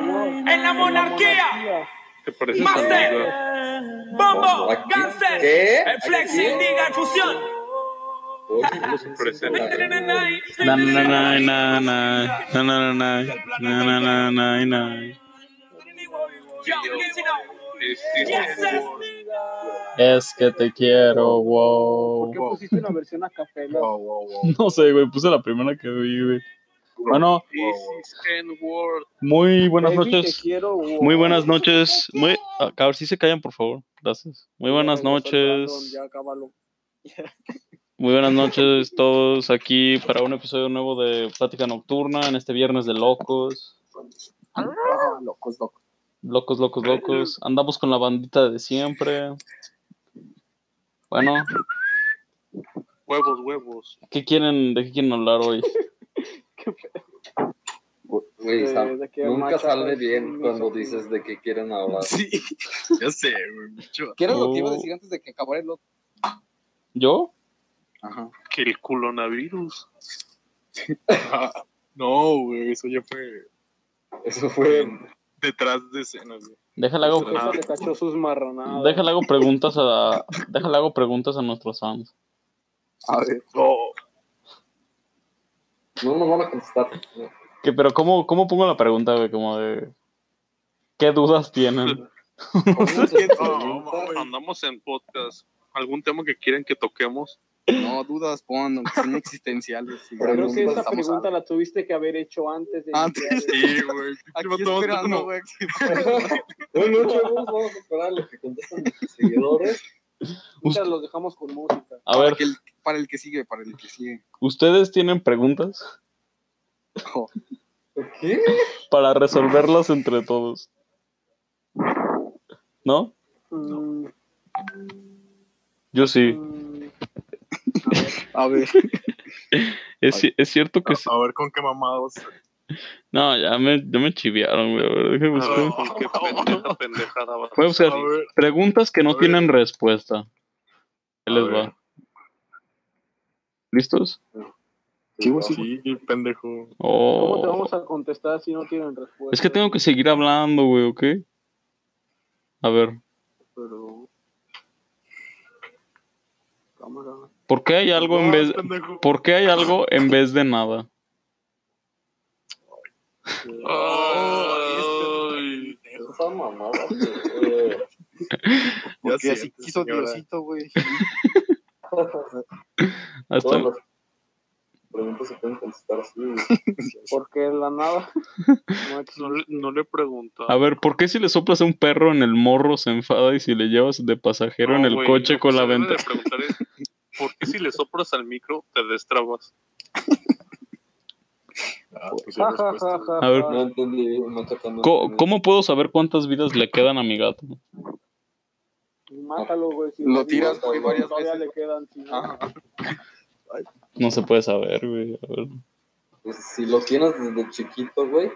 en la monarquía. ¿Te parece Master. Sandra? Bombo, Aquí- Gangster, ¿Qué? el Flexing, Aquí- diga fusión. Na, na, na, na, na, na, na, na, na, na, na, na, na. Yo, listen up. Sí, sí, Yes, sí. yes. Es que te quiero, ¿Por wow. qué pusiste una versión a capela? No sé, güey, puse la primera que vi, güey. Bueno, This is N-word. muy buenas Baby, noches. te quiero, wow. Muy buenas noches. Muy, ah, a ver si se callan, por favor. Gracias. Muy buenas Ya regresó el Brandon, noches. ya acábalo. Muy buenas noches todos aquí para un episodio nuevo de Plática Nocturna en este viernes de locos. Ah, locos, locos. Locos, locos, locos. Andamos con la bandita de siempre. Bueno, Huevos, huevos. ¿qué quieren, ¿de qué quieren hablar hoy? Eh, Güey, está- Desde que nunca Macha sale es bien un cuando misógino. dices de qué quieren hablar. Sí, ya sé, güey. mucho. ¿Qué era lo que iba a Oh. decir antes de que acabara el otro? ¿Yo? Ajá. Que el coronavirus. No, güey, eso ya fue Eso fue. detrás de escenas, güey. Déjale hago, Eso le cachó sus marranadas. déjale hago preguntas a déjale hago preguntas a nuestros fans. A ver. No, No nos van a contestar. Que, pero cómo, cómo pongo la pregunta, güey, como de ¿Qué dudas tienen? no, mames. Andamos en podcast. ¿Algún tema que quieren que toquemos? No dudas, pon, aunque sean existenciales. sí. Creo que esa Estamos pregunta la tuviste que haber hecho antes de Antes. iniciar sí, güey. Aquí Yo todo- esperando, no, güey. Buenas noches, vamos vamos a esperar a lo que contestan nuestros seguidores. el- Muchas los dejamos con música. A ver, Para, que el- para el que sigue, para el que sigue. ¿ustedes tienen preguntas Oh, ¿Qué? para resolverlas entre todos? ¿No? Mm, Yo sí. mm, A ver. Es, ci- es cierto que sí. A ver con qué mamados. No, ya me, ya me chiviaron, güey. A ver, déjame buscar. Ah, qué pendeja, pendejada. va. Voy a buscar A ver, preguntas que A no ver. tienen respuesta. Ahí A les ver. va. ¿Listos? sí, pendejo. ¿Cómo te Oh. vamos a contestar si no tienen respuesta? Es que tengo que seguir hablando, güey, ¿ok? A ver. Pero... Cámara. ¿Por qué hay algo en No, vez pendejo. ¿Por qué hay algo en vez de nada? Ay, Esa mamada. güey. Eh, ya Porque así siente, quiso señora. Diosito, güey. Hasta- Todas las preguntas se pueden contestar así. güey. Porque la nada no existe. No le, no le pregunto. a ver, ¿por qué si le soplas a un perro en el morro se enfada y si le llevas de pasajero en No, el güey, coche lo con que la se debe venta? de preguntar es, ¿Por qué si le soplas al micro te destrabas? Ah, pues, Ja, hay ja, ja, respuesta, ja, A ver. No ja. entendí, Macha, cuando- Co- ¿Cómo puedo saber cuántas vidas le quedan a mi gato? Mátalo, güey. Si Lo no tiras digas, por varias todavía veces. le quedan. si no. Ajá. No se puede saber, güey. a ver. Pues, si lo tienes desde chiquito, güey.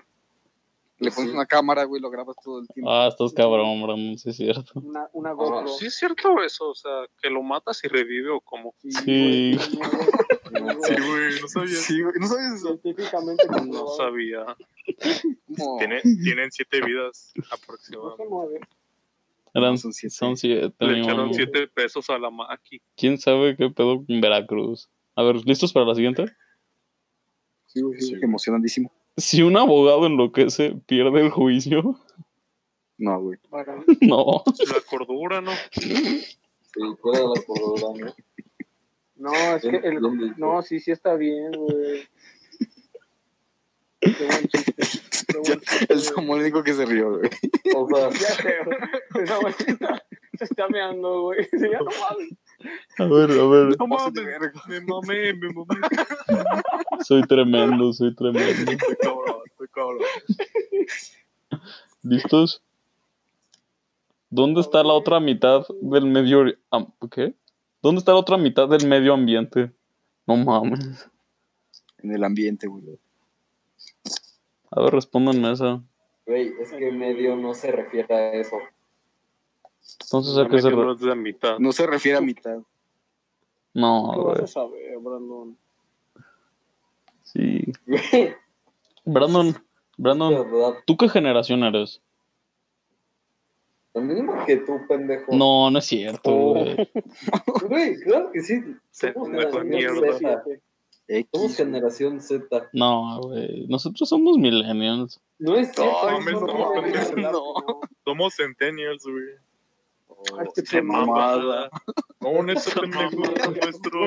Le pones una cámara, güey, lo grabas todo el tiempo. Ah, estás cabrón, Brandon, sí es cierto. Una, una GoPro. Sí, es cierto eso, o sea, que lo matas y revive o como. Sí. güey, no, güey, no, Sí, güey. güey, no sabía. Sí, güey. No sabes eso. Científicamente No comprobado. sabía. ¿Cómo? Tiene- tienen siete vidas No aproximadamente. se mueve. Eran, Son siete. son siete. Le mi echaron mamá. siete pesos a la maqui. ¿Quién sabe qué pedo en Veracruz? A ver, ¿listos para la siguiente? Sí, güey, sí, Sí. Emocionantísimo. Si un abogado enloquece, pierde el juicio. No, güey. Para mí. No. La cordura, ¿no? Sí, fuera de la cordura, ¿no? No, es que el. Bien dicho. No, sí, sí está bien, güey. Qué buen chiste. Qué buen chiste, El güey. Samuel dijo que se rió, güey. O sea, Ya sé, güey. Esa güey se está- Se está meando, güey. Sí, ya no mames. A ver, a ver. No Vamos a mames, ver, me mamé, me mamé. Soy tremendo, soy tremendo. Estoy cabrón, estoy cabrón. ¿Listos? ¿Dónde está la otra mitad del medio ori- am- ¿Qué? ¿Dónde está la otra mitad del medio ambiente? No mames. En el ambiente, güey. A ver, respóndanme esa. güey, es que medio no se refiere a eso. Entonces, ¿a qué se re- de mitad. No se refiere a mitad. No, ¿Qué vas güey. a saber, Brandon? Sí. Brandon, Brandon, De verdad, ¿tú qué generación eres? Lo mismo que tú, Oh. pendejo. No, no es cierto, güey. Güey, claro que sí. Pendejo de generación mierda. Z. Somos generación Z. No, güey. Nosotros somos millennials. No es cierto. No, hombre, no, no, no, pendejo. no. Somos centennials, güey. Ay, qué Se mamada. No, no es pendejo, es nuestro.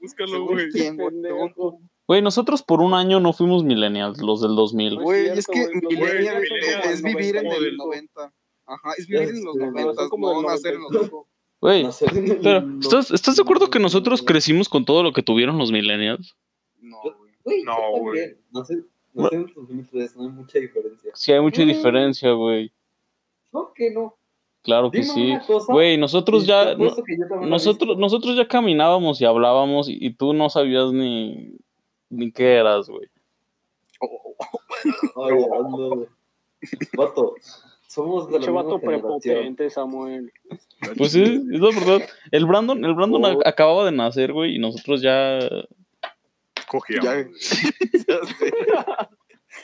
Búscalo, güey. este- ¿Quién, güey? pendejo. Güey, nosotros por un año no fuimos millennials, los del 2000. güey. Güey, No es es que cierto, güey, los millennial güeyes es- millennials es vivir en como el del- 90. Ajá, es vivir en los Sí, sí, 90, son como no del nacer en los 90. 90. Güey, No sé. pero ¿estás, ¿estás de acuerdo que nosotros crecimos con todo lo que tuvieron los millennials? No, güey. Güey, No, yo también. güey. No sé. No sé, en los 2003 no hay mucha diferencia. Sí, hay mucha Mm. diferencia, güey. No, que no. Claro que Dime sí. una cosa. Güey, nosotros Y ya... te apuesto que yo también la Nosotros, nosotros ya caminábamos y hablábamos y, y tú no sabías ni, ni qué eras, güey. vi. Ay, ando, güey. Vato, somos de la Pinche misma vato generación. prepotente, Samuel. Pues sí, es la verdad. El Brandon, el Brandon Oh. ac- acababa de nacer, güey, y nosotros ya... Cogíamos. Ya, ya sé,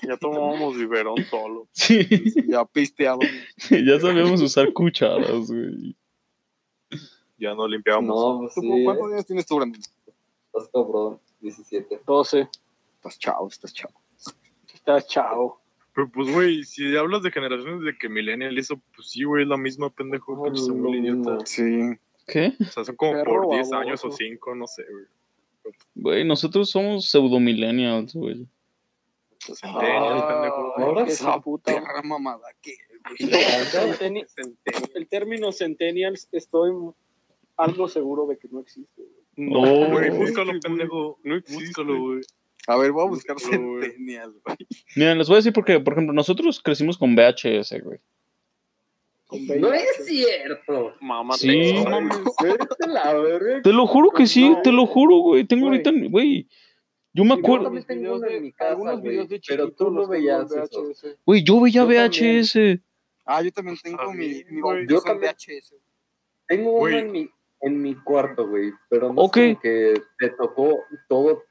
Ya tomábamos biberón solo. Sí, ya pisteaba. ya sabíamos usar cucharas, güey. Ya no limpiábamos. No, pues ¿Tú sí. ¿Cuántos años tienes tú, Brandon? Estás cabrón. 17. 12. Estás chavo, estás chavo. Estás chavo. Pero pues, güey, si hablas de generaciones de que Millennial hizo, pues sí, güey, es la misma pendejo. No, pinche no, Samuel, no. idiota. Sí. ¿Qué? O sea, son como Perro por 10 baboso. años o 5, no sé, güey. Güey, nosotros somos pseudo millennials, güey. Centennials, pendejo. ahora qué esa puta. Perra mamada, ¿qué? Centeni- El término centennials estoy algo seguro de que no existe. güey. No, Güey, güey. búscalo, pendejo. No Búscalo, güey. A ver, voy a buscar Búscalo, güey. Centennial, güey. Miren, les voy a decir porque, por ejemplo, nosotros crecimos con VHS, güey. No es cierto. Mamá, Sí. te- No Vete a la verga. Te lo juro que sí, No. te lo juro, güey. Tengo Güey. ahorita, güey. Yo me Sí, Yo acuerdo, también tengo uno en mi casa, Algunos güey, videos de pero chiquito tú no los tengo veías en eso. VHS. güey, yo veía Yo también. VHS. Ah, yo también tengo Está mi, bien, mi güey. bautizo Yo en también. VHS. Tengo uno Güey. en mi, en mi cuarto, güey. Pero no Ok. es como que te tocó todo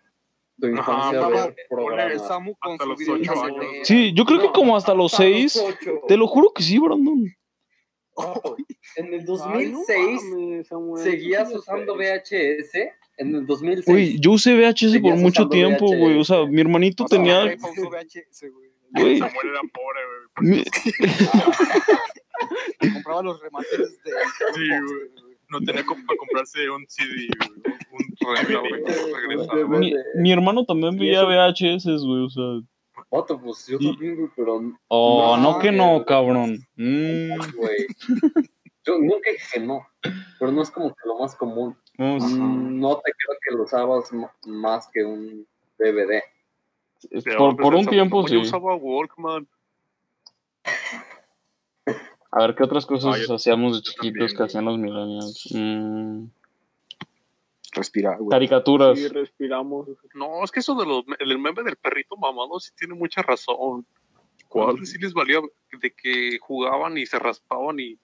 tu infancia mamá, ver El programas. Samu con Hasta su los video ocho casetero. años. Sí, yo creo que No, como hasta los hasta los seis. ocho. Te lo juro que sí, Brandon. Vato, En el Ay, no 2006 mames, Samuel. seguías usando VHS. En el 2006. Güey, yo usé VHS por Seguías mucho usando tiempo, VHS. güey. O sea, mi hermanito O sea, tenía. Rey pausó VHS, güey. Güey, Samuel era pobre, güey. mi- Compraba los remates de. Sí, güey. No tenía como para comprarse un CD, güey. Un güey. DVD, regresaba. Güey, mi, mi hermano también veía VHS, güey. O sea. Vato, pues yo Y- también, güey, pero Oh, no, No, que güey. no, cabrón. Mm, güey. Yo nunca dije que no, pero no es como que lo más común. vamos. No te creo que lo usabas m- más que un DVD. Por, por un tiempo, sí. Yo usaba Walkman. A ver, ¿qué otras cosas Ah, yo- hacíamos de yo chiquitos también, que güey. hacían los millennials? Mm, Respirar, güey. caricaturas. Y respiramos. No, es que eso de los, el meme del perrito mamado sí tiene mucha razón. ¿Cuál? Sí les valía de que jugaban y se raspaban y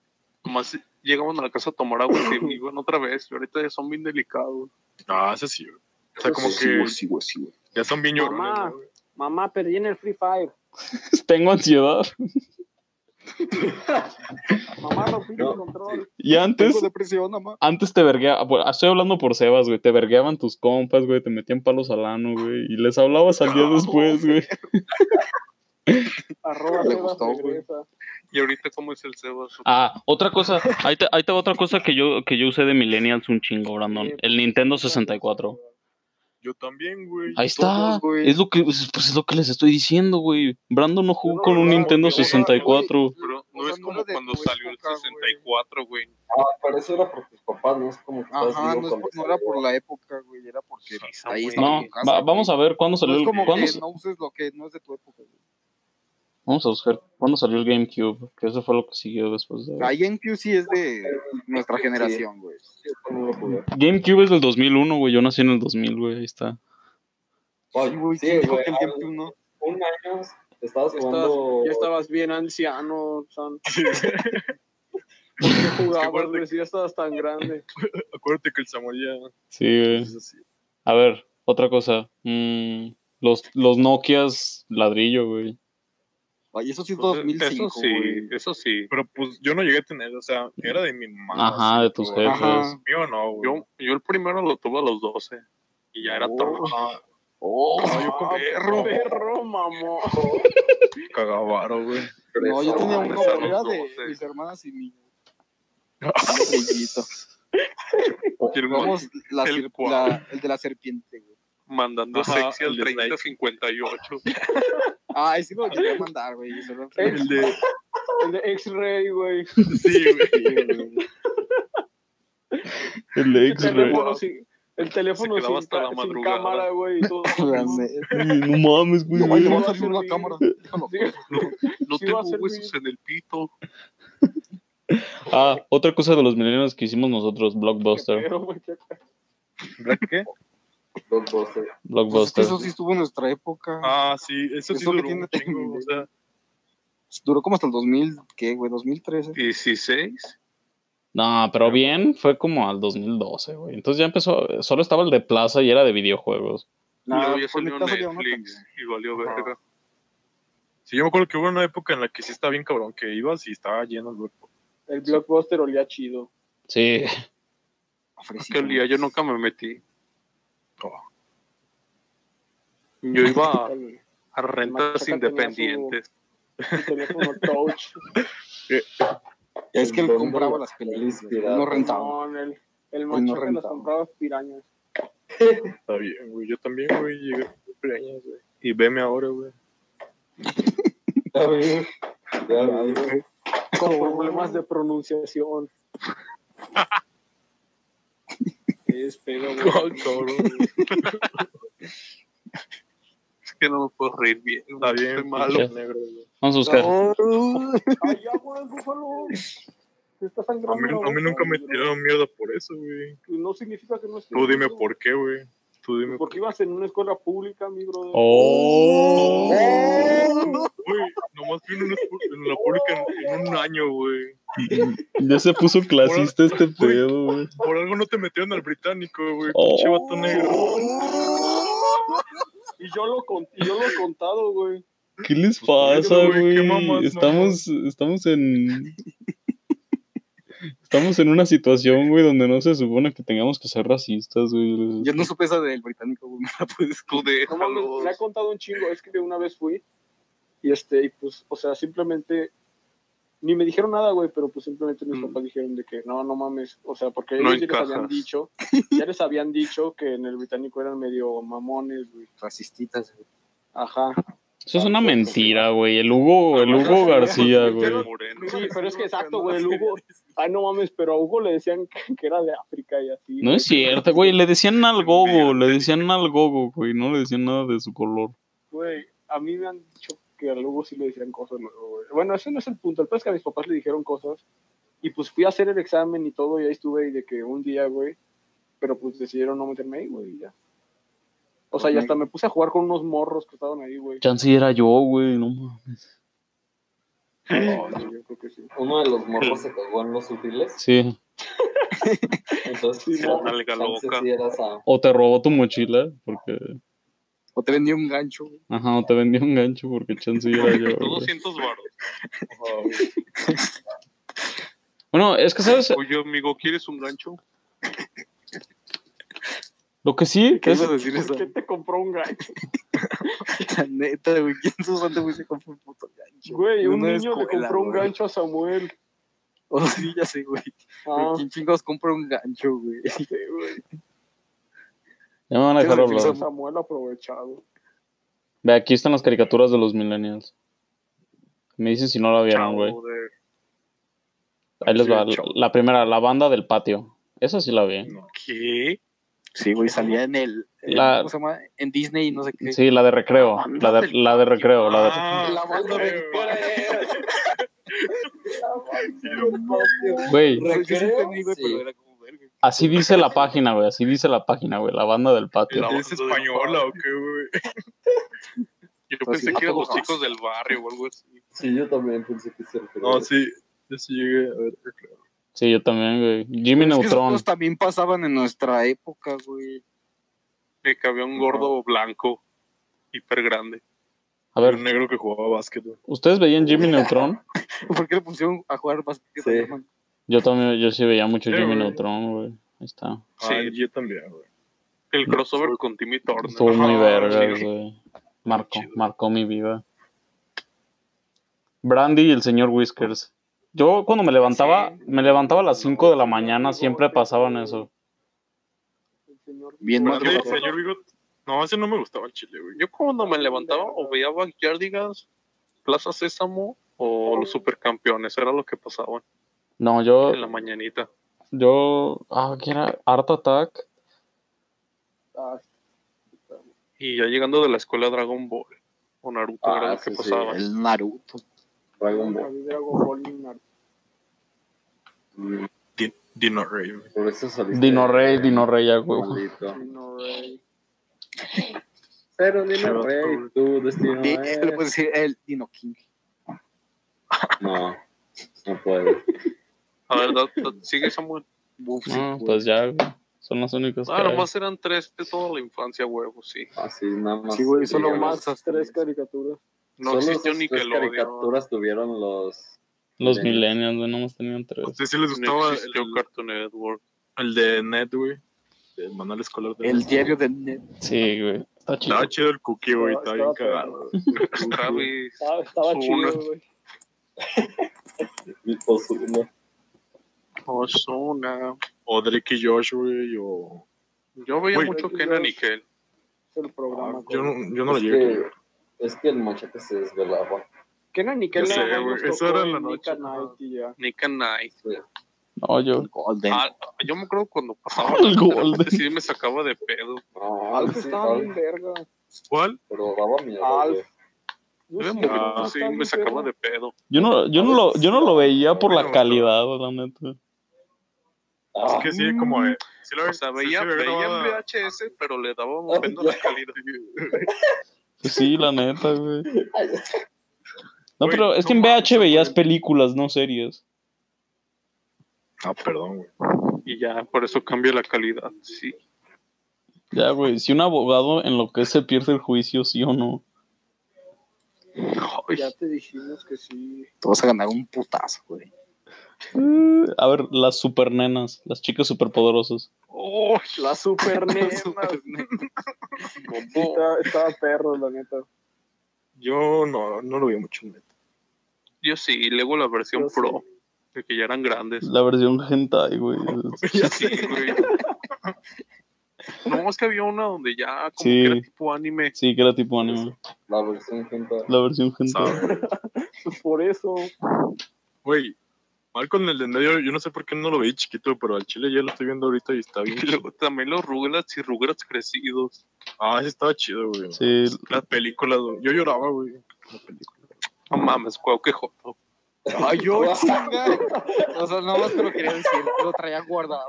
nomás llegaban a la casa a tomar agua y se iban otra vez. Pero ahorita ya son bien delicados. Ah, eso sí. güey. O sea, como Sí, que güey, sí, güey, sí, güey. ya son bien Mamá. llorones. güey. Mamá, perdí en el Free Fire. Tengo ansiedad. Mamá, rompí No, el control. Y antes, Tengo depresión, mamá. antes te vergueaban. estoy hablando por Sebas, güey. Te vergueaban tus compas, güey. Te metían palos al ano, güey. Y les hablabas al día después, güey. Arroba Le Sebas gustó, güey. regresa. Y ahorita, ¿cómo es el Sebas? Ah, otra cosa, ahí te, ahí te va otra cosa que yo, que yo usé de Millennials un chingo, Brandon. Eh, El Nintendo pues, 64. Yo también, güey. Ahí está. Todos, güey. Es lo que, pues es lo que les estoy diciendo, güey. Brandon no jugó No, con un no, Nintendo o sea, 64. Pero no O sea, es no como era de cuando tu salió el época, güey. 64, güey. Ah, pero eso era por tus papás, no es como que Ajá, vivo no, es cuando por- no salió. era por la época, güey, era porque ahí está No, en tu casa, va- güey. vamos a ver cuándo salió No es el, como cuándo, que no uses lo que no es de tu época, güey. vamos a buscar cuándo salió el GameCube, que eso fue lo que siguió después de Ahí en QC es de nuestra Sí. generación, güey. Sí, no lo jugué. GameCube es del 2001, güey. Yo nací en el 2000, güey. Ahí está. Sí, güey, ah, Sí, ¿quién dijo güey, que el a GameCube no? un año estabas Ya jugando. estabas- ya estabas bien anciano, San. ¿Por qué Es que jugabas, aparte- güey? Si ya estabas tan grande. Acuérdate que el Samuel Sí, ya güey. es así. A ver, otra cosa. Mm, los, los Nokias ladrillo, güey. Ay, eso sí es Pues, eh, Eso 2005, sí, güey. eso sí. Pero pues yo no llegué a tener, o sea, era de mi mamá. Ajá, de tus güey. Ajá. jefes. Mío no, güey. Yo, yo el primero lo tuve a los 12 y ya era Oh. todo. Oh, yo con perro. Perro, mamón. Cagaba varo, güey. no, yo tenía güey, uno, esa era de doce. mis hermanas y mi. mi brillito. Y el güey Vamos, la El cer- cual. la- el de la serpiente, güey. mandando Ajá, sexy al el de Snake. 30-58. Ah, ese lo llegué a mandar, güey. eso era- El de. El de X-Ray, güey. Sí, güey. El El ex, güey. teléfono sin, el teléfono Se quedaba sin, hasta la ca- sin madrugada. cámara, güey. y todo. La neta. No mames, güey. No, ahí va va a a salir una servir. cámara. Déjalo. Sí, No Sí va a tengo ser huesos en el pito. Ah, otra cosa de los millennials que hicimos nosotros, Blockbuster. pero, güey, qué- ¿Verdad que qué? Blockbuster. Pues es que Blockbuster. eso sí estuvo en nuestra época. Ah, sí, eso sí Eso que duró tiene un chingo, o sea, Duró como hasta el 2000, ¿qué, güey? 2013. 16. No, pero bien, fue como al 2012, güey. Entonces ya empezó, solo estaba el de Plaza y era de videojuegos. Y luego ya pues, en mi salió casa había uno Netflix y valió verga. sí, yo me acuerdo que hubo una época en la que sí estaba bien cabrón, que ibas y estaba lleno el grupo. El blockbuster olía chido. Sí, Ah, Que el día también. yo nunca me metí. Oh. Yo iba a, El, a rentas Machaca tenía su- independientes. el teléfono touch. Es que él ¿Dónde compraba las películas. está güey, inspirado? No rentaba. No, el, el Pues no macho que las rentaba. compraba pirañas. Está bien, güey. Yo también, güey, llegué a cumpleaños, güey. Y veme ahora, güey. Ya vi. Ya vi, güey. Con problemas de pronunciación. es pedo, Ay, güey. cabrón. Es que no me puedo reír bien. Está bien, Estoy malo, malo. Ya. negro, güey. vamos a buscar. Oh. Ay, ya, güey, búfalo. Te está A sangrando. mí, la a boca, mí nunca me güey. tiraron mierda por eso, güey. No significa que no estés. Tú dime listo. por qué, güey. Tú dime por Porque ibas en una escuela pública, mi brother. Oh, Güey, nomás fui en, una, en la pública en, en un año, güey. ya se puso clasista este pedo, güey. Por algo no te metieron al británico, güey. Oh. Pinche vato negro. Y yo lo, con- y yo lo he contado, güey. ¿Qué les pasa, Pues güey, güey? qué mamás, no. Estamos, estamos en. Estamos en una situación, güey, donde no se supone que tengamos que ser racistas, güey. Yo no supe esa del británico, güey. me la puedes- Tú No mames, déjalo. me ha contado un chingo. Es que una vez fui y este, y pues, o sea, simplemente ni me dijeron nada, güey, pero pues simplemente mis Mm. papás dijeron de que no, no mames, o sea, porque No ellos ya les habían encajas. dicho, ya les habían dicho que en el británico eran medio mamones, güey. Racistitas, güey. Ajá. Eso es una mentira, güey. El Hugo, Ah, el Hugo García, güey. Moreno. Sí, pero es que exacto, güey, el Hugo. Ay, no mames, pero a Hugo le decían que, que era de África y así. No güey. es cierto, güey. Le decían al gogo, le decían al gogo, güey. No le decían nada de su color. Güey, a mí me han dicho que a Lugo sí le decían cosas luego, güey. Bueno, ese no es el punto. El peor es que a mis papás le dijeron cosas. Y pues fui a hacer el examen y todo, y ahí estuve, y de que un día, güey. Pero pues decidieron no meterme ahí, güey, y ya. O sea, y hasta me puse a jugar con unos morros que estaban ahí, güey. Chance era yo, güey. No mames. Ay, yo creo que sí. Uno de los morros se cagó en los sutiles. Sí. Entonces, Sí, no, la nalga chance loca. sí era Sam. O te robó tu mochila, porque. O te vendí un gancho, güey. Ajá, o te vendió un gancho, porque chance era yo. Tú güey. 200 baros. Bueno, es que, ¿sabes? Oye, amigo, ¿quieres un gancho? Lo que sí ¿Qué es. ibas a decir eso? ¿Por qué te compró un gancho? La neta, güey. ¿Quién en su santo, güey, se compró un puto gancho? Güey, En un una niño le escuela, compró un güey. gancho a Samuel. Oh, sí, ya sé, güey. Ah, ¿Quién chingados compra un gancho, güey? sí, güey. Ya me van a dejar ¿Qué hablar. defensor? Samuel aprovechado. Ve, aquí están las caricaturas de los millennials. Me dicen si no la vieron, güey. Joder. Ahí les va. Sí, La, chao. la primera, la banda del patio. Esa sí la vi. ¿Qué? Sí, güey, salía en el. en- La- ¿Cómo se llama? En Disney, no sé qué. Sí, la de recreo. La de, la de recreo. La Ah. de, La banda de güey, Yo sí Recreo, entendí, güey, sí. pero era como verga. así dice la página, güey. Así dice la página, güey. La banda del patio. La- ¿Es española o qué, güey? Yo Pues sí, pensé que eran los tampoco. chicos del barrio o algo así. Sí, yo también pensé que se refería. Oh, No, sí. Yo sí llegué a ver. Sí, yo también, güey. Jimmy Es que esos Neutron. juegos también pasaban en nuestra época, güey. De que había un gordo blanco, hiper grande. A Un ver, negro que jugaba básquet, güey. ¿ustedes veían Jimmy Neutron? ¿Por qué le pusieron a jugar básquet? Sí. man? Yo también, yo sí veía mucho Sí, Jimmy güey. Neutron, güey. Ahí está. Sí. Ah, yo también, güey. El crossover con Timmy Turner. Estuvo muy Ah, vergas, sí. güey. Marcó, Chido. marcó mi vida. Brandy y el señor Whiskers. Yo cuando me levantaba, Sí. me levantaba a las 5 de la mañana, siempre pasaban eso. El señor- Bien Pero madre. sí, señor Bigot, no, ese no me gustaba el chile, güey. Yo cuando me levantaba o veía Backyardigans, Plaza Sésamo o los Supercampeones, era lo que pasaban No, yo, en la mañanita. yo, ah, ¿qué era? Art Attack. Ah, Y ya llegando de la escuela Dragon Ball o Naruto era Ah, lo que sí, sí, pasaba. El Naruto. Dragon a Ball. mí Dragon Ball y Naruto. Mm, Di- Dino Rey, güey. Por eso saliste. Dino Rey, Dino Rey, ya, güey. Maldito. Dino Rey. Pero Qué Dino vato, Rey, güey. tu destino Ah, Di- eh. Le puedes pues. es... decir el Dino King. No, no puedo. La verdad, sigue Samuel. Buf, No, pues ya, güey. pues, Son las únicas que Ah, hay. nomás eran tres de toda la infancia, huevo, sí. Así nada más. Sí, güey, solo digamos, más. Esas tres caricaturas. No solo existió esas ni tres que lo caricaturas tuvieron los... Los millennials, güey, nomás tenían tres. ¿A ustedes sí les No gustaba existió el, Cartoon Network. el de Ned, güey? El manual escolar pues, de El Ned. diario de Ned. Sí, güey. Está chido. Estaba chido el cookie, güey. Estaba- Estaba bien estaba cagado. güey. Travis. Estaba, estaba Su chido, uno. güey. mitos, ¿no? Ozuna. O Drake y Josh, güey. O... Yo veía Güey. mucho Kenan y Kel. Es El programa. ah, Yo güey. no, yo no lo es, llegué. que, es que el machete se desvelaba. Kenan y Kel Ya sé, nada más güey, nos eso tocó era en la en Nick noche, at ¿no? Night y ya. Nick and Knight. No, yo. Golden. Ah, yo me acuerdo cuando pasaba. El de repente Golden. Sí, me sacaba de pedo. No, Alf Alf sí, Ah, estaba bien Alf, verga. ¿Cuál? pero daba miedo. Alf. güey. No Yo sé, me Alf acuerdo, ah, sí, estaba me bien sacaba verga. de pedo. Yo no, yo no lo, yo pues, no lo veía por la calidad, la neta. Es que sí, como de. Sí, lo Mm. O sea, veía, sí se veía en grabada. VHS, pero le daba Ah, un pendo la calidad. Pues sí, la neta, güey. No, Güey, pero es que no en mames, VH veías güey. películas, no series. Ah, perdón, güey. Y ya, por eso cambia la calidad. Sí. Ya, güey, si un abogado en lo que se pierde el juicio, sí o no. Ay, Ya te dijimos que sí. Te vas a ganar un putazo, güey. Eh, A ver, las supernenas, las chicas superpoderosas. oh, La super bombón. Estaba, estaba perro, la neta. Yo no, no lo vi mucho, neta. Yo sí, y luego la versión Yo sí. pro, de que ya eran grandes. La versión hentai, güey. Sí, güey. No, es que había una donde ya como Sí. que era tipo anime. Sí, que era tipo anime. La versión junta. La versión hentai. ¿Sabes? Por eso. Güey, mal con el de en medio, yo no sé por qué no lo veí chiquito, pero al chile ya lo estoy viendo ahorita y está bien. Y luego también los Rugrats y Rugrats crecidos. Ah, ese estaba chido, güey. Sí, Las películas, güey. Yo lloraba, güey. Las películas. No mames, cuau, que joto. Ay, yo, chinga. O sea, nada más te lo quería decir. Lo traía guardado.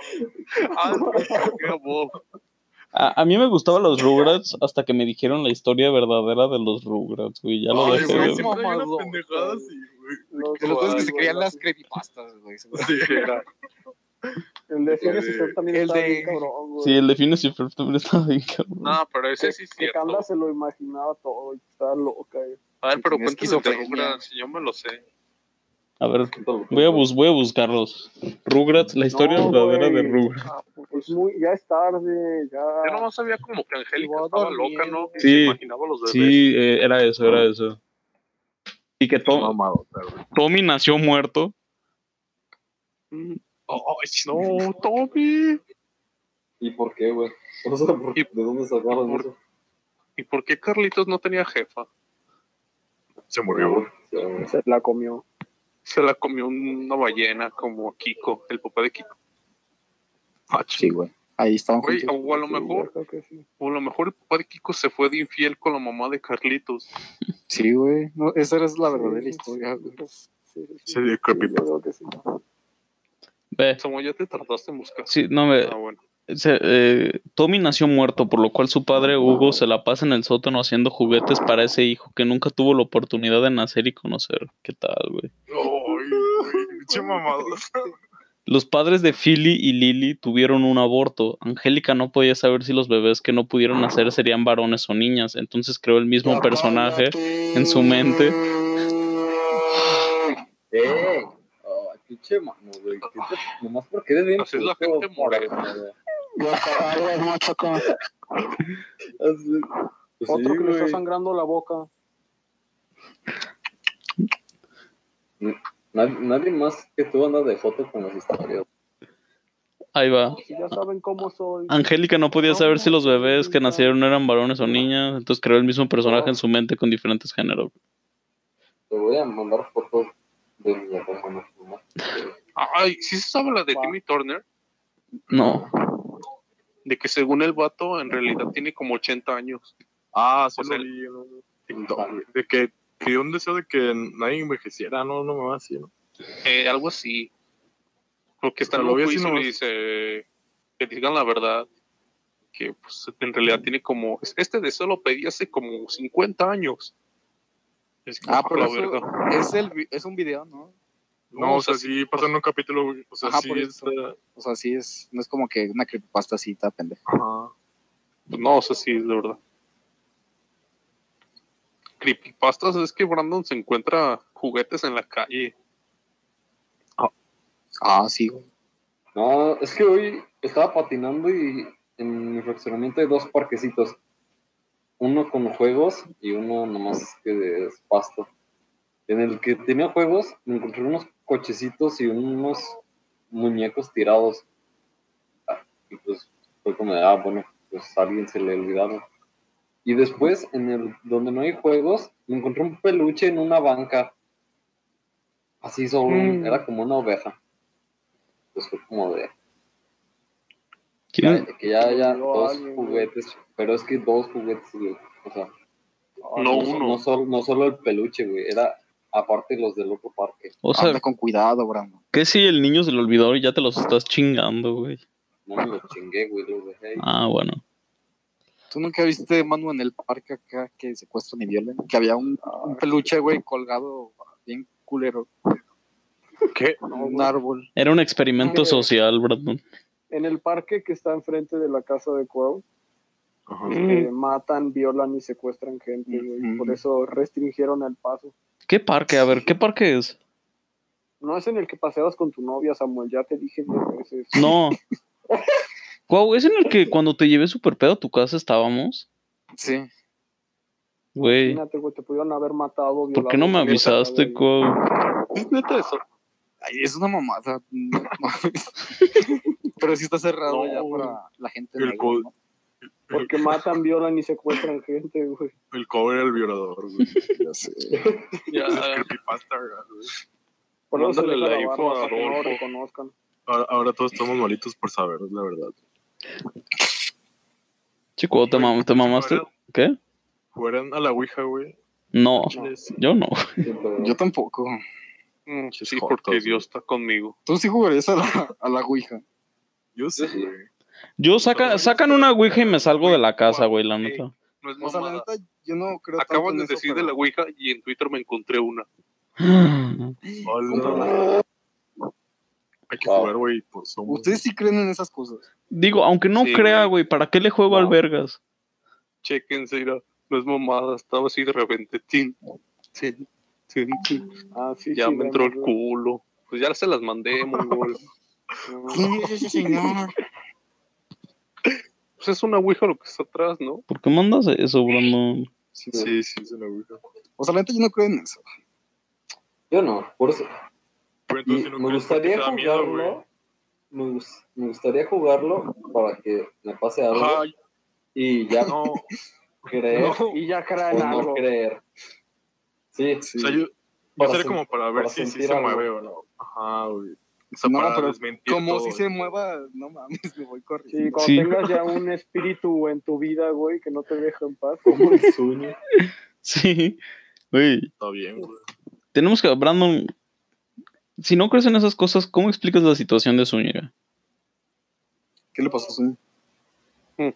Ah, qué bobo. A, a mí me gustaban los Rugrats hasta que me dijeron la historia verdadera de los Rugrats, güey. Ya lo Ay, dejé güey, de- siempre hay una Mamador. pendejada así, güey. Los, De los dos que Ay, se güey, creían las la- creepypastas, güey. Sí, era. El de Genesis Ford también El estaba de- bien cabrón, güey. Sí, el de Phineas y Ferb también estaba bien cabrón. No, pero ese que, sí es que Kanda cierto. se lo imaginaba todo y estaba loca. eh. güey. A ver, pero cuéntame Tenía de esquizofrenia. Rugrats, yo me lo sé. A ver, voy a, bus voy a buscarlos. Rugrats, la historia No, verdadera güey. de Rugrats. Es muy, ya es tarde, ya. Yo nomás sabía como que Angélica Iba a estaba dormir. loca, ¿no? Y Sí. se imaginaba a los bebés. Sí, eh, era eso, era eso. Y que Tom- Mamadota, güey. Tommy nació muerto. Ay, no, Tommy. ¿Y por qué, güey? O sea, ¿por- ¿Y- ¿de dónde sacaron por- eso? ¿Y por qué Carlitos no tenía jefa? Se murió, güey. Sí, güey. Se la comió. Se la comió una ballena como Kiko, el papá de Kiko. Ah, Sí, güey. Ahí estaban Güey, juntos. o a lo Sí, mejor, yo creo que sí. o a lo mejor el papá de Kiko se fue de infiel con la mamá de Carlitos. Sí, güey. No, esa era la verdadera Sí. historia, güey. Sí, sí, sí. Se dio Sí, yo creepypasta. creo que sí. Ve, Samuel, ya te tardaste en buscar. sí, no, ve, Ah, bueno. se- eh, Tommy nació muerto, por lo cual su padre Hugo se la pasa en el sótano haciendo juguetes para ese hijo que nunca tuvo la oportunidad de nacer y conocer. ¿Qué tal, güey? Ay, güey. Pinche mamadota. Los padres de Philly y Lily tuvieron un aborto. Angélica no podía saber si los bebés que no pudieron nacer serían varones o niñas, entonces creó el mismo personaje en su mente. Eh, oh, pinche mano, güey. ¿Qué te- Nomás porque eres bien. Ah. Así es la puto, gente morena. güey. Guacamole, no, Choco. Así- pues Otro sí, que le está güey. sangrando la boca. Nad- Nadie más que tú andas de foto con las historias. Ahí va. Si ya saben cómo soy. Angélica no podía saber si los bebés que nacieron eran varones o niñas, entonces creó el mismo personaje en su mente con diferentes géneros. Te voy a mandar fotos de mi hermano. ¿no? Ay, ¿sí se sabe la de Wow. Timmy Turner? No. De que según el vato, en realidad tiene como 80 años. Ah, O sea, TikTok. de que pidió un deseo de que nadie envejeciera, no, no me va así, ¿no? Eh, algo así. Porque está O sea, loco lo y vi así se le nomás. dice que digan la verdad. Que pues, en realidad tiene como. Este deseo lo pedí hace como 50 años. Es que, Ah, a pero la eso- verga. Es, el, vi- es un video, ¿no? No, o sea, sí pasa en un capítulo, güey. o sea, Ajá, sí por eso. está... O sea, sí es. No es como que una creepypasta así, está pendeja. Ajá. Pues No, o sea, sí, de verdad. Creepypastas es que Brandon se encuentra juguetes en la calle. Ah, sí, güey. No, es que hoy estaba patinando y en mi fraccionamiento hay dos parquecitos. Uno con juegos y uno nomás que es pasto. En el que tenía juegos, me encontré unos cochecitos y unos muñecos tirados. Ah, Y pues fue como de, ah, bueno, pues a alguien se le olvidaron. Y después, en el donde no hay juegos, me encontré un peluche en una banca. Así solo, Mm. era como una oveja. Pues fue como de, ¿Quién- que ya haya No, dos alguien, güey. juguetes, pero es que dos juguetes, güey. O sea, No so- uno. No solo, no solo el peluche, güey. Era aparte los del otro parque. O sea, Anda con cuidado, Brandon. ¿qué si el niño se lo olvidó y ya te los estás chingando, güey? No me los chingué, güey. Los dejé ahí. Ah, bueno. ¿Tú nunca viste, Manu, en el parque acá que secuestran y violan? Que había un, un peluche, güey, colgado bien culero. ¿Qué? en Un árbol. Era un experimento Ok. social, Brandon. En el parque que está enfrente de la casa de Cuau, Ajá. Mm. eh, matan, violan y secuestran gente, güey. Mm-hmm. Ujú. Por eso restringieron el paso. ¿Qué parque? A ver, ¿qué parque es? No es en el que paseabas con tu novia, Samuel, ya te dije mil veces. No. Guau, es en el que cuando te llevé super pedo a tu casa estábamos. Sí. Güey, Imagínate, güey, te pudieron haber matado, ¿por qué no me violado, avisaste, violado, Cuau? ¿Es neta eso? Ay, es una mamada. no mames. Pero sí está cerrado No. ya para la gente. El negra, co- ¿no? güey? Porque matan, violan y secuestran gente, güey. El cover era el violador, güey. Ya sé. Ya, Es creepypasta, güey. Por eso se deja Mándale la la info barba a para que no lo Rodolfo. reconozcan. Ahora, ahora todos estamos malitos por saber, es la verdad. Che, Cuau, ¿te, mam- te mamaste? Fueran- ¿Qué? Jugaran a la Ouija, güey. No, Chiles. yo no. Yo tampoco. Mm, Sí, Jotos, porque güey. Dios está conmigo. Tú sí jugarías a la, a la Ouija. Yo sé, Sí. güey. Yo saca, sacan una ouija y me salgo de la casa, güey, la neta. No es O sea, la mamada. neta, yo no creo tanto Acaban en de eso, decir de pero- la Ouija y en Twitter me encontré una. Hola. No, Oh, Hay que jugar, güey, por Zoom. Ustedes sí creen en esas cosas. Digo, aunque no Sí, crea, güey. güey, ¿para qué le juego al No. vergas? Chequense, mira, no es mamada. Estaba así de repente. Tin, tin, tin, tin. Ah, sí, Ya sí, me vemos, entró el güey. culo. Pues ya se las mandé, mongol. señor. Pues es una Ouija lo que está atrás, ¿no? ¿Por qué mandas eso, Brandon? Sí, sí, es una Ouija. O sea, la neta, yo no creo en eso. Yo no. Por eso. Pero Y entonces, si no me crees, ¿por qué gustaría te da miedo, jugarlo. me, gus- me gustaría jugarlo para que me pase algo. Ajá, y ya no. creer Y ya crean o no algo. creer. Sí, sí. O sea, yo, yo Para sería sen- como para ver para si, si sentir se algo. mueve o no. Ajá, güey. O sea, No, para pero desmentir Como todo, si güey. se mueva, no mames, me voy Sí, corriendo. cuando Sí. tengas ya un espíritu en tu vida, güey, que no te deja en paz. Como el sueño. Sí, güey. Está bien, güey. Tenemos que, Brandon, si no crees en esas cosas, ¿cómo explicas la situación de Zúñiga? ¿Qué le pasó a su Oh.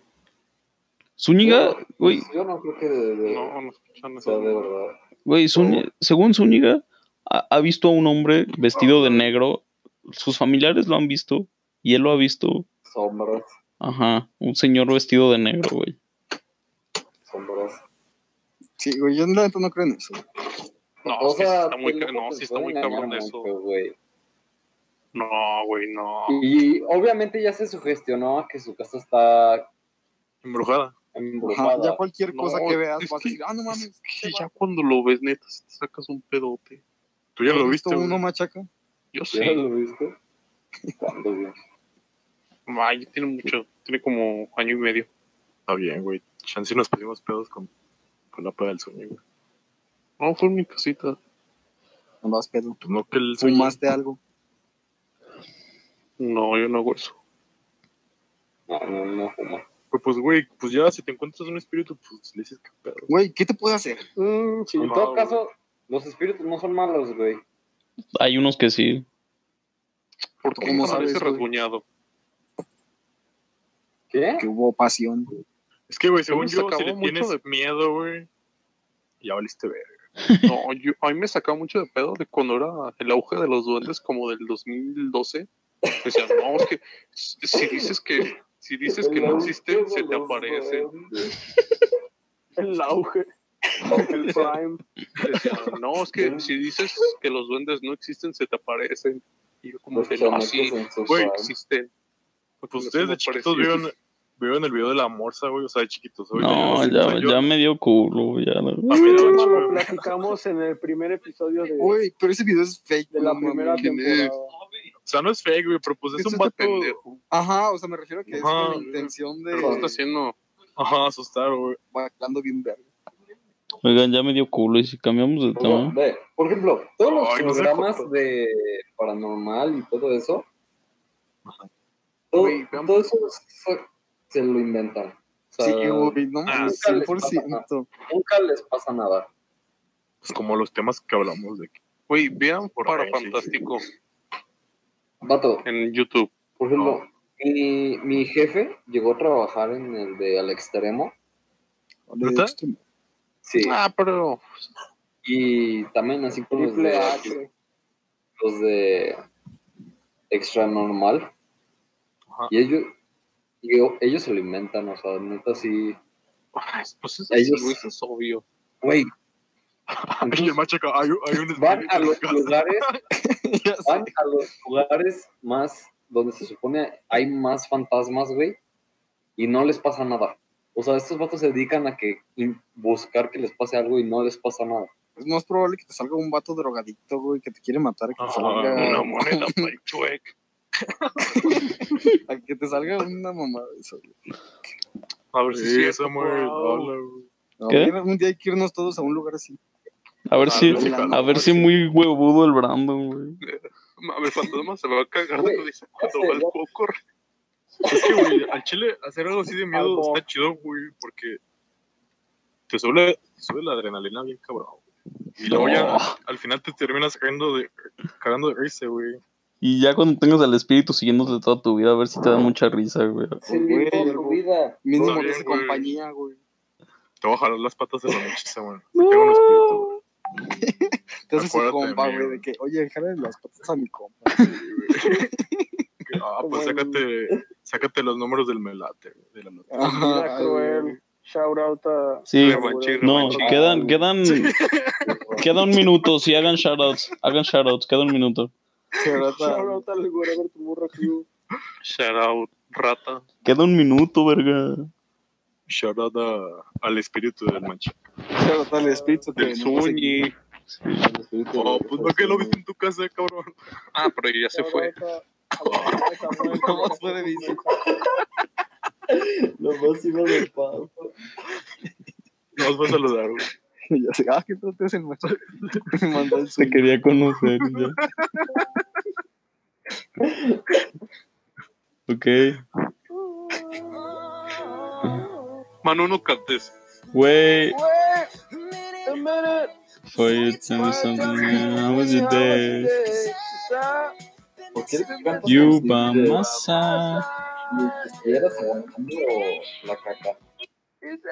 Zúñiga, güey, Yo no creo que de, de- No, no escuchan sea de eso. verdad. Oh. Güey, Zúñi- según Zúñiga, ha, ha visto a un hombre vestido de negro sus familiares lo han visto y él lo ha visto. Sombras, Ajá, un señor vestido de negro, güey. sombras. Sí, güey, yo la neta no creo en eso. No, O sí sea, está muy, pues, ca- no, te sí está pueden muy engañar cabrón eso. mucho, güey. No, güey, no. Y obviamente ya se sugestionó a que su casa está Embrujada. Ajá, embrujada. ya cualquier No, cosa que veas es vas a que- decir, ah, no mames, Es que ya cuando lo ves, neta, si te sacas un pedote. Tú ya lo ¿has viste, visto uno güey. machaca? Yo ¿Ya sí. lo viste? ¿Cuándo, güey? Ay, tiene mucho. Tiene como año y medio. Está bien, güey. Chance y nos pusimos pedos con, con la peda del sueño, güey. No, fue en mi casita. No vas pedo. Pues no que el sueño. ¿Fumaste algo? No, yo no hago eso. No, no, no fuma. Pues, pues, güey, pues ya si te encuentras un espíritu, pues le dices que pedo. Güey, ¿qué te puede hacer? Mm, sí. En todo caso, los espíritus no son malos, güey. Hay unos que sí. ¿Por qué ¿Cómo me sabes, parece güey? rasguñado? ¿Qué? Que hubo pasión. Es que, güey, según Pues, yo, acabó si le mucho tienes de- miedo, güey, ya valiste ver. No, yo, a mí me sacaba mucho de pedo de cuando era el auge de los duendes, como del 2012. Decían, no, es que si dices que, si dices que no existe, se te aparece. El auge. El prime. Decían, no, es que si dices que los duendes no existen, se te aparecen. Y yo como Los que no, chamacos sí, en su güey, prime. existen. Pues, Los ustedes de hemos chiquitos parecido. vieron, vieron el video de la morsa, güey, o sea, de chiquitos. ahorita No, sé, o sea, ya, yo- ya me dio culo, ya. no. A mí no, Eso güey. lo platicamos en el primer episodio de, Güey, pero ese video es fake. de la no mames, primera ¿quién es? temporada. O sea, no es fake, güey, pero pues es Es un este vato. pendejo. Ajá, o sea, me refiero a que es Ajá. con la intención de... Pero lo está haciendo. Ajá, asustar, güey. bailando bien verga. Oigan, ya me dio culo. Y si cambiamos de Luego, tema, ve, por ejemplo, todos los Ay, no sé programas cómo. de paranormal y todo eso, todo, Güey, vean- todo eso se, se lo inventan. O sea, Sí, güey, no mames, sí, les 100%. nunca les pasa nada. Pues como los temas que hablamos de aquí. Güey, vean Por para ahí, sí, Fantástico Vato, en YouTube. por ejemplo, mi, mi jefe llegó a trabajar en el de Al Extremo. ¿Neta? Sí. Ah, pero Y también así con los Triple de, H. los de Extra Normal. Ajá. Y ellos, y yo- ellos se lo inventan, o sea, neta sí. ay, pues eso, Ellos- sí, eso es obvio. Güey, Y el machaca, hay, hay un van espíritu a en la los casa. lugares Ya sé. van a los lugares más donde se supone hay más fantasmas, güey, y no les pasa nada. O sea, estos vatos se dedican a que in- buscar que les pase algo y no les pasa nada. Es más probable que te salga un vato drogadicto, güey, que te quiere matar, que te Ajá, salga, Una moneda para el chuec. a que te salga una mamada de eso. güey. A ver si Sí, es eso, cierto. muy Wow. hola, güey. No, ¿Qué? mira, Un día hay que irnos todos a un lugar así. a ver si, Ah, sí, claro, a ver si muy huevudo el Brandon, güey. Mame, fantasma se va a cagar de Güey, risa cuando va el cocor. Es que, güey, al chile hacer algo así de miedo Algo. está chido, güey, porque te sube, te sube la adrenalina bien cabrón. güey. Y luego ya al final te terminas cagando de, cagando de risa, güey. Y ya cuando tengas al espíritu siguiéndote toda tu vida, a ver si te da mucha risa, güey. Se Güey, vivió el tu güey. vida. Mínimo Todo que bien, es güey. compañía, güey. Te voy a jalar las patas de la muchacha, güey. Te cago en los espíritus, güey. Te haces su Acuérdate compa, de mí, güey, de güey. que, oye, déjale las patas a mi compa. Que, Ah, pues sácate, sácate los números del melate, güey, de la lotería. Vida cruel. Shout out a. Sí, Remanche, no, remanche. quedan, quedan, queda un minuto. Sí, hagan shoutouts, hagan shoutouts, queda un minuto. Se trata- Shout out al Wherever Tomorrow Crew. Shout out, rata. Queda un minuto, verga. Shout out a- al espíritu del mancha. se trata del espíritu. que Del nos va a seguir. Zuni. Oh, pues no que lo viste en tu casa, cabrón. Ah, pero ya se Shout fue. out a- a la vaca muerta. No más fue de bici. Lo más iba de paso. Nos va a saludar, güey. Y ya sé, ah, qué pronto es el macho. Me mandó el Te Zuni. quería conocer. Ya. Ok, Manu, no cantes. güey. Wait a minute. Oye, tell me something, man. I was your Today. dad. Stop. ¿Por qué cantas You así by de- my side. Ni siquiera se aguantando la caca.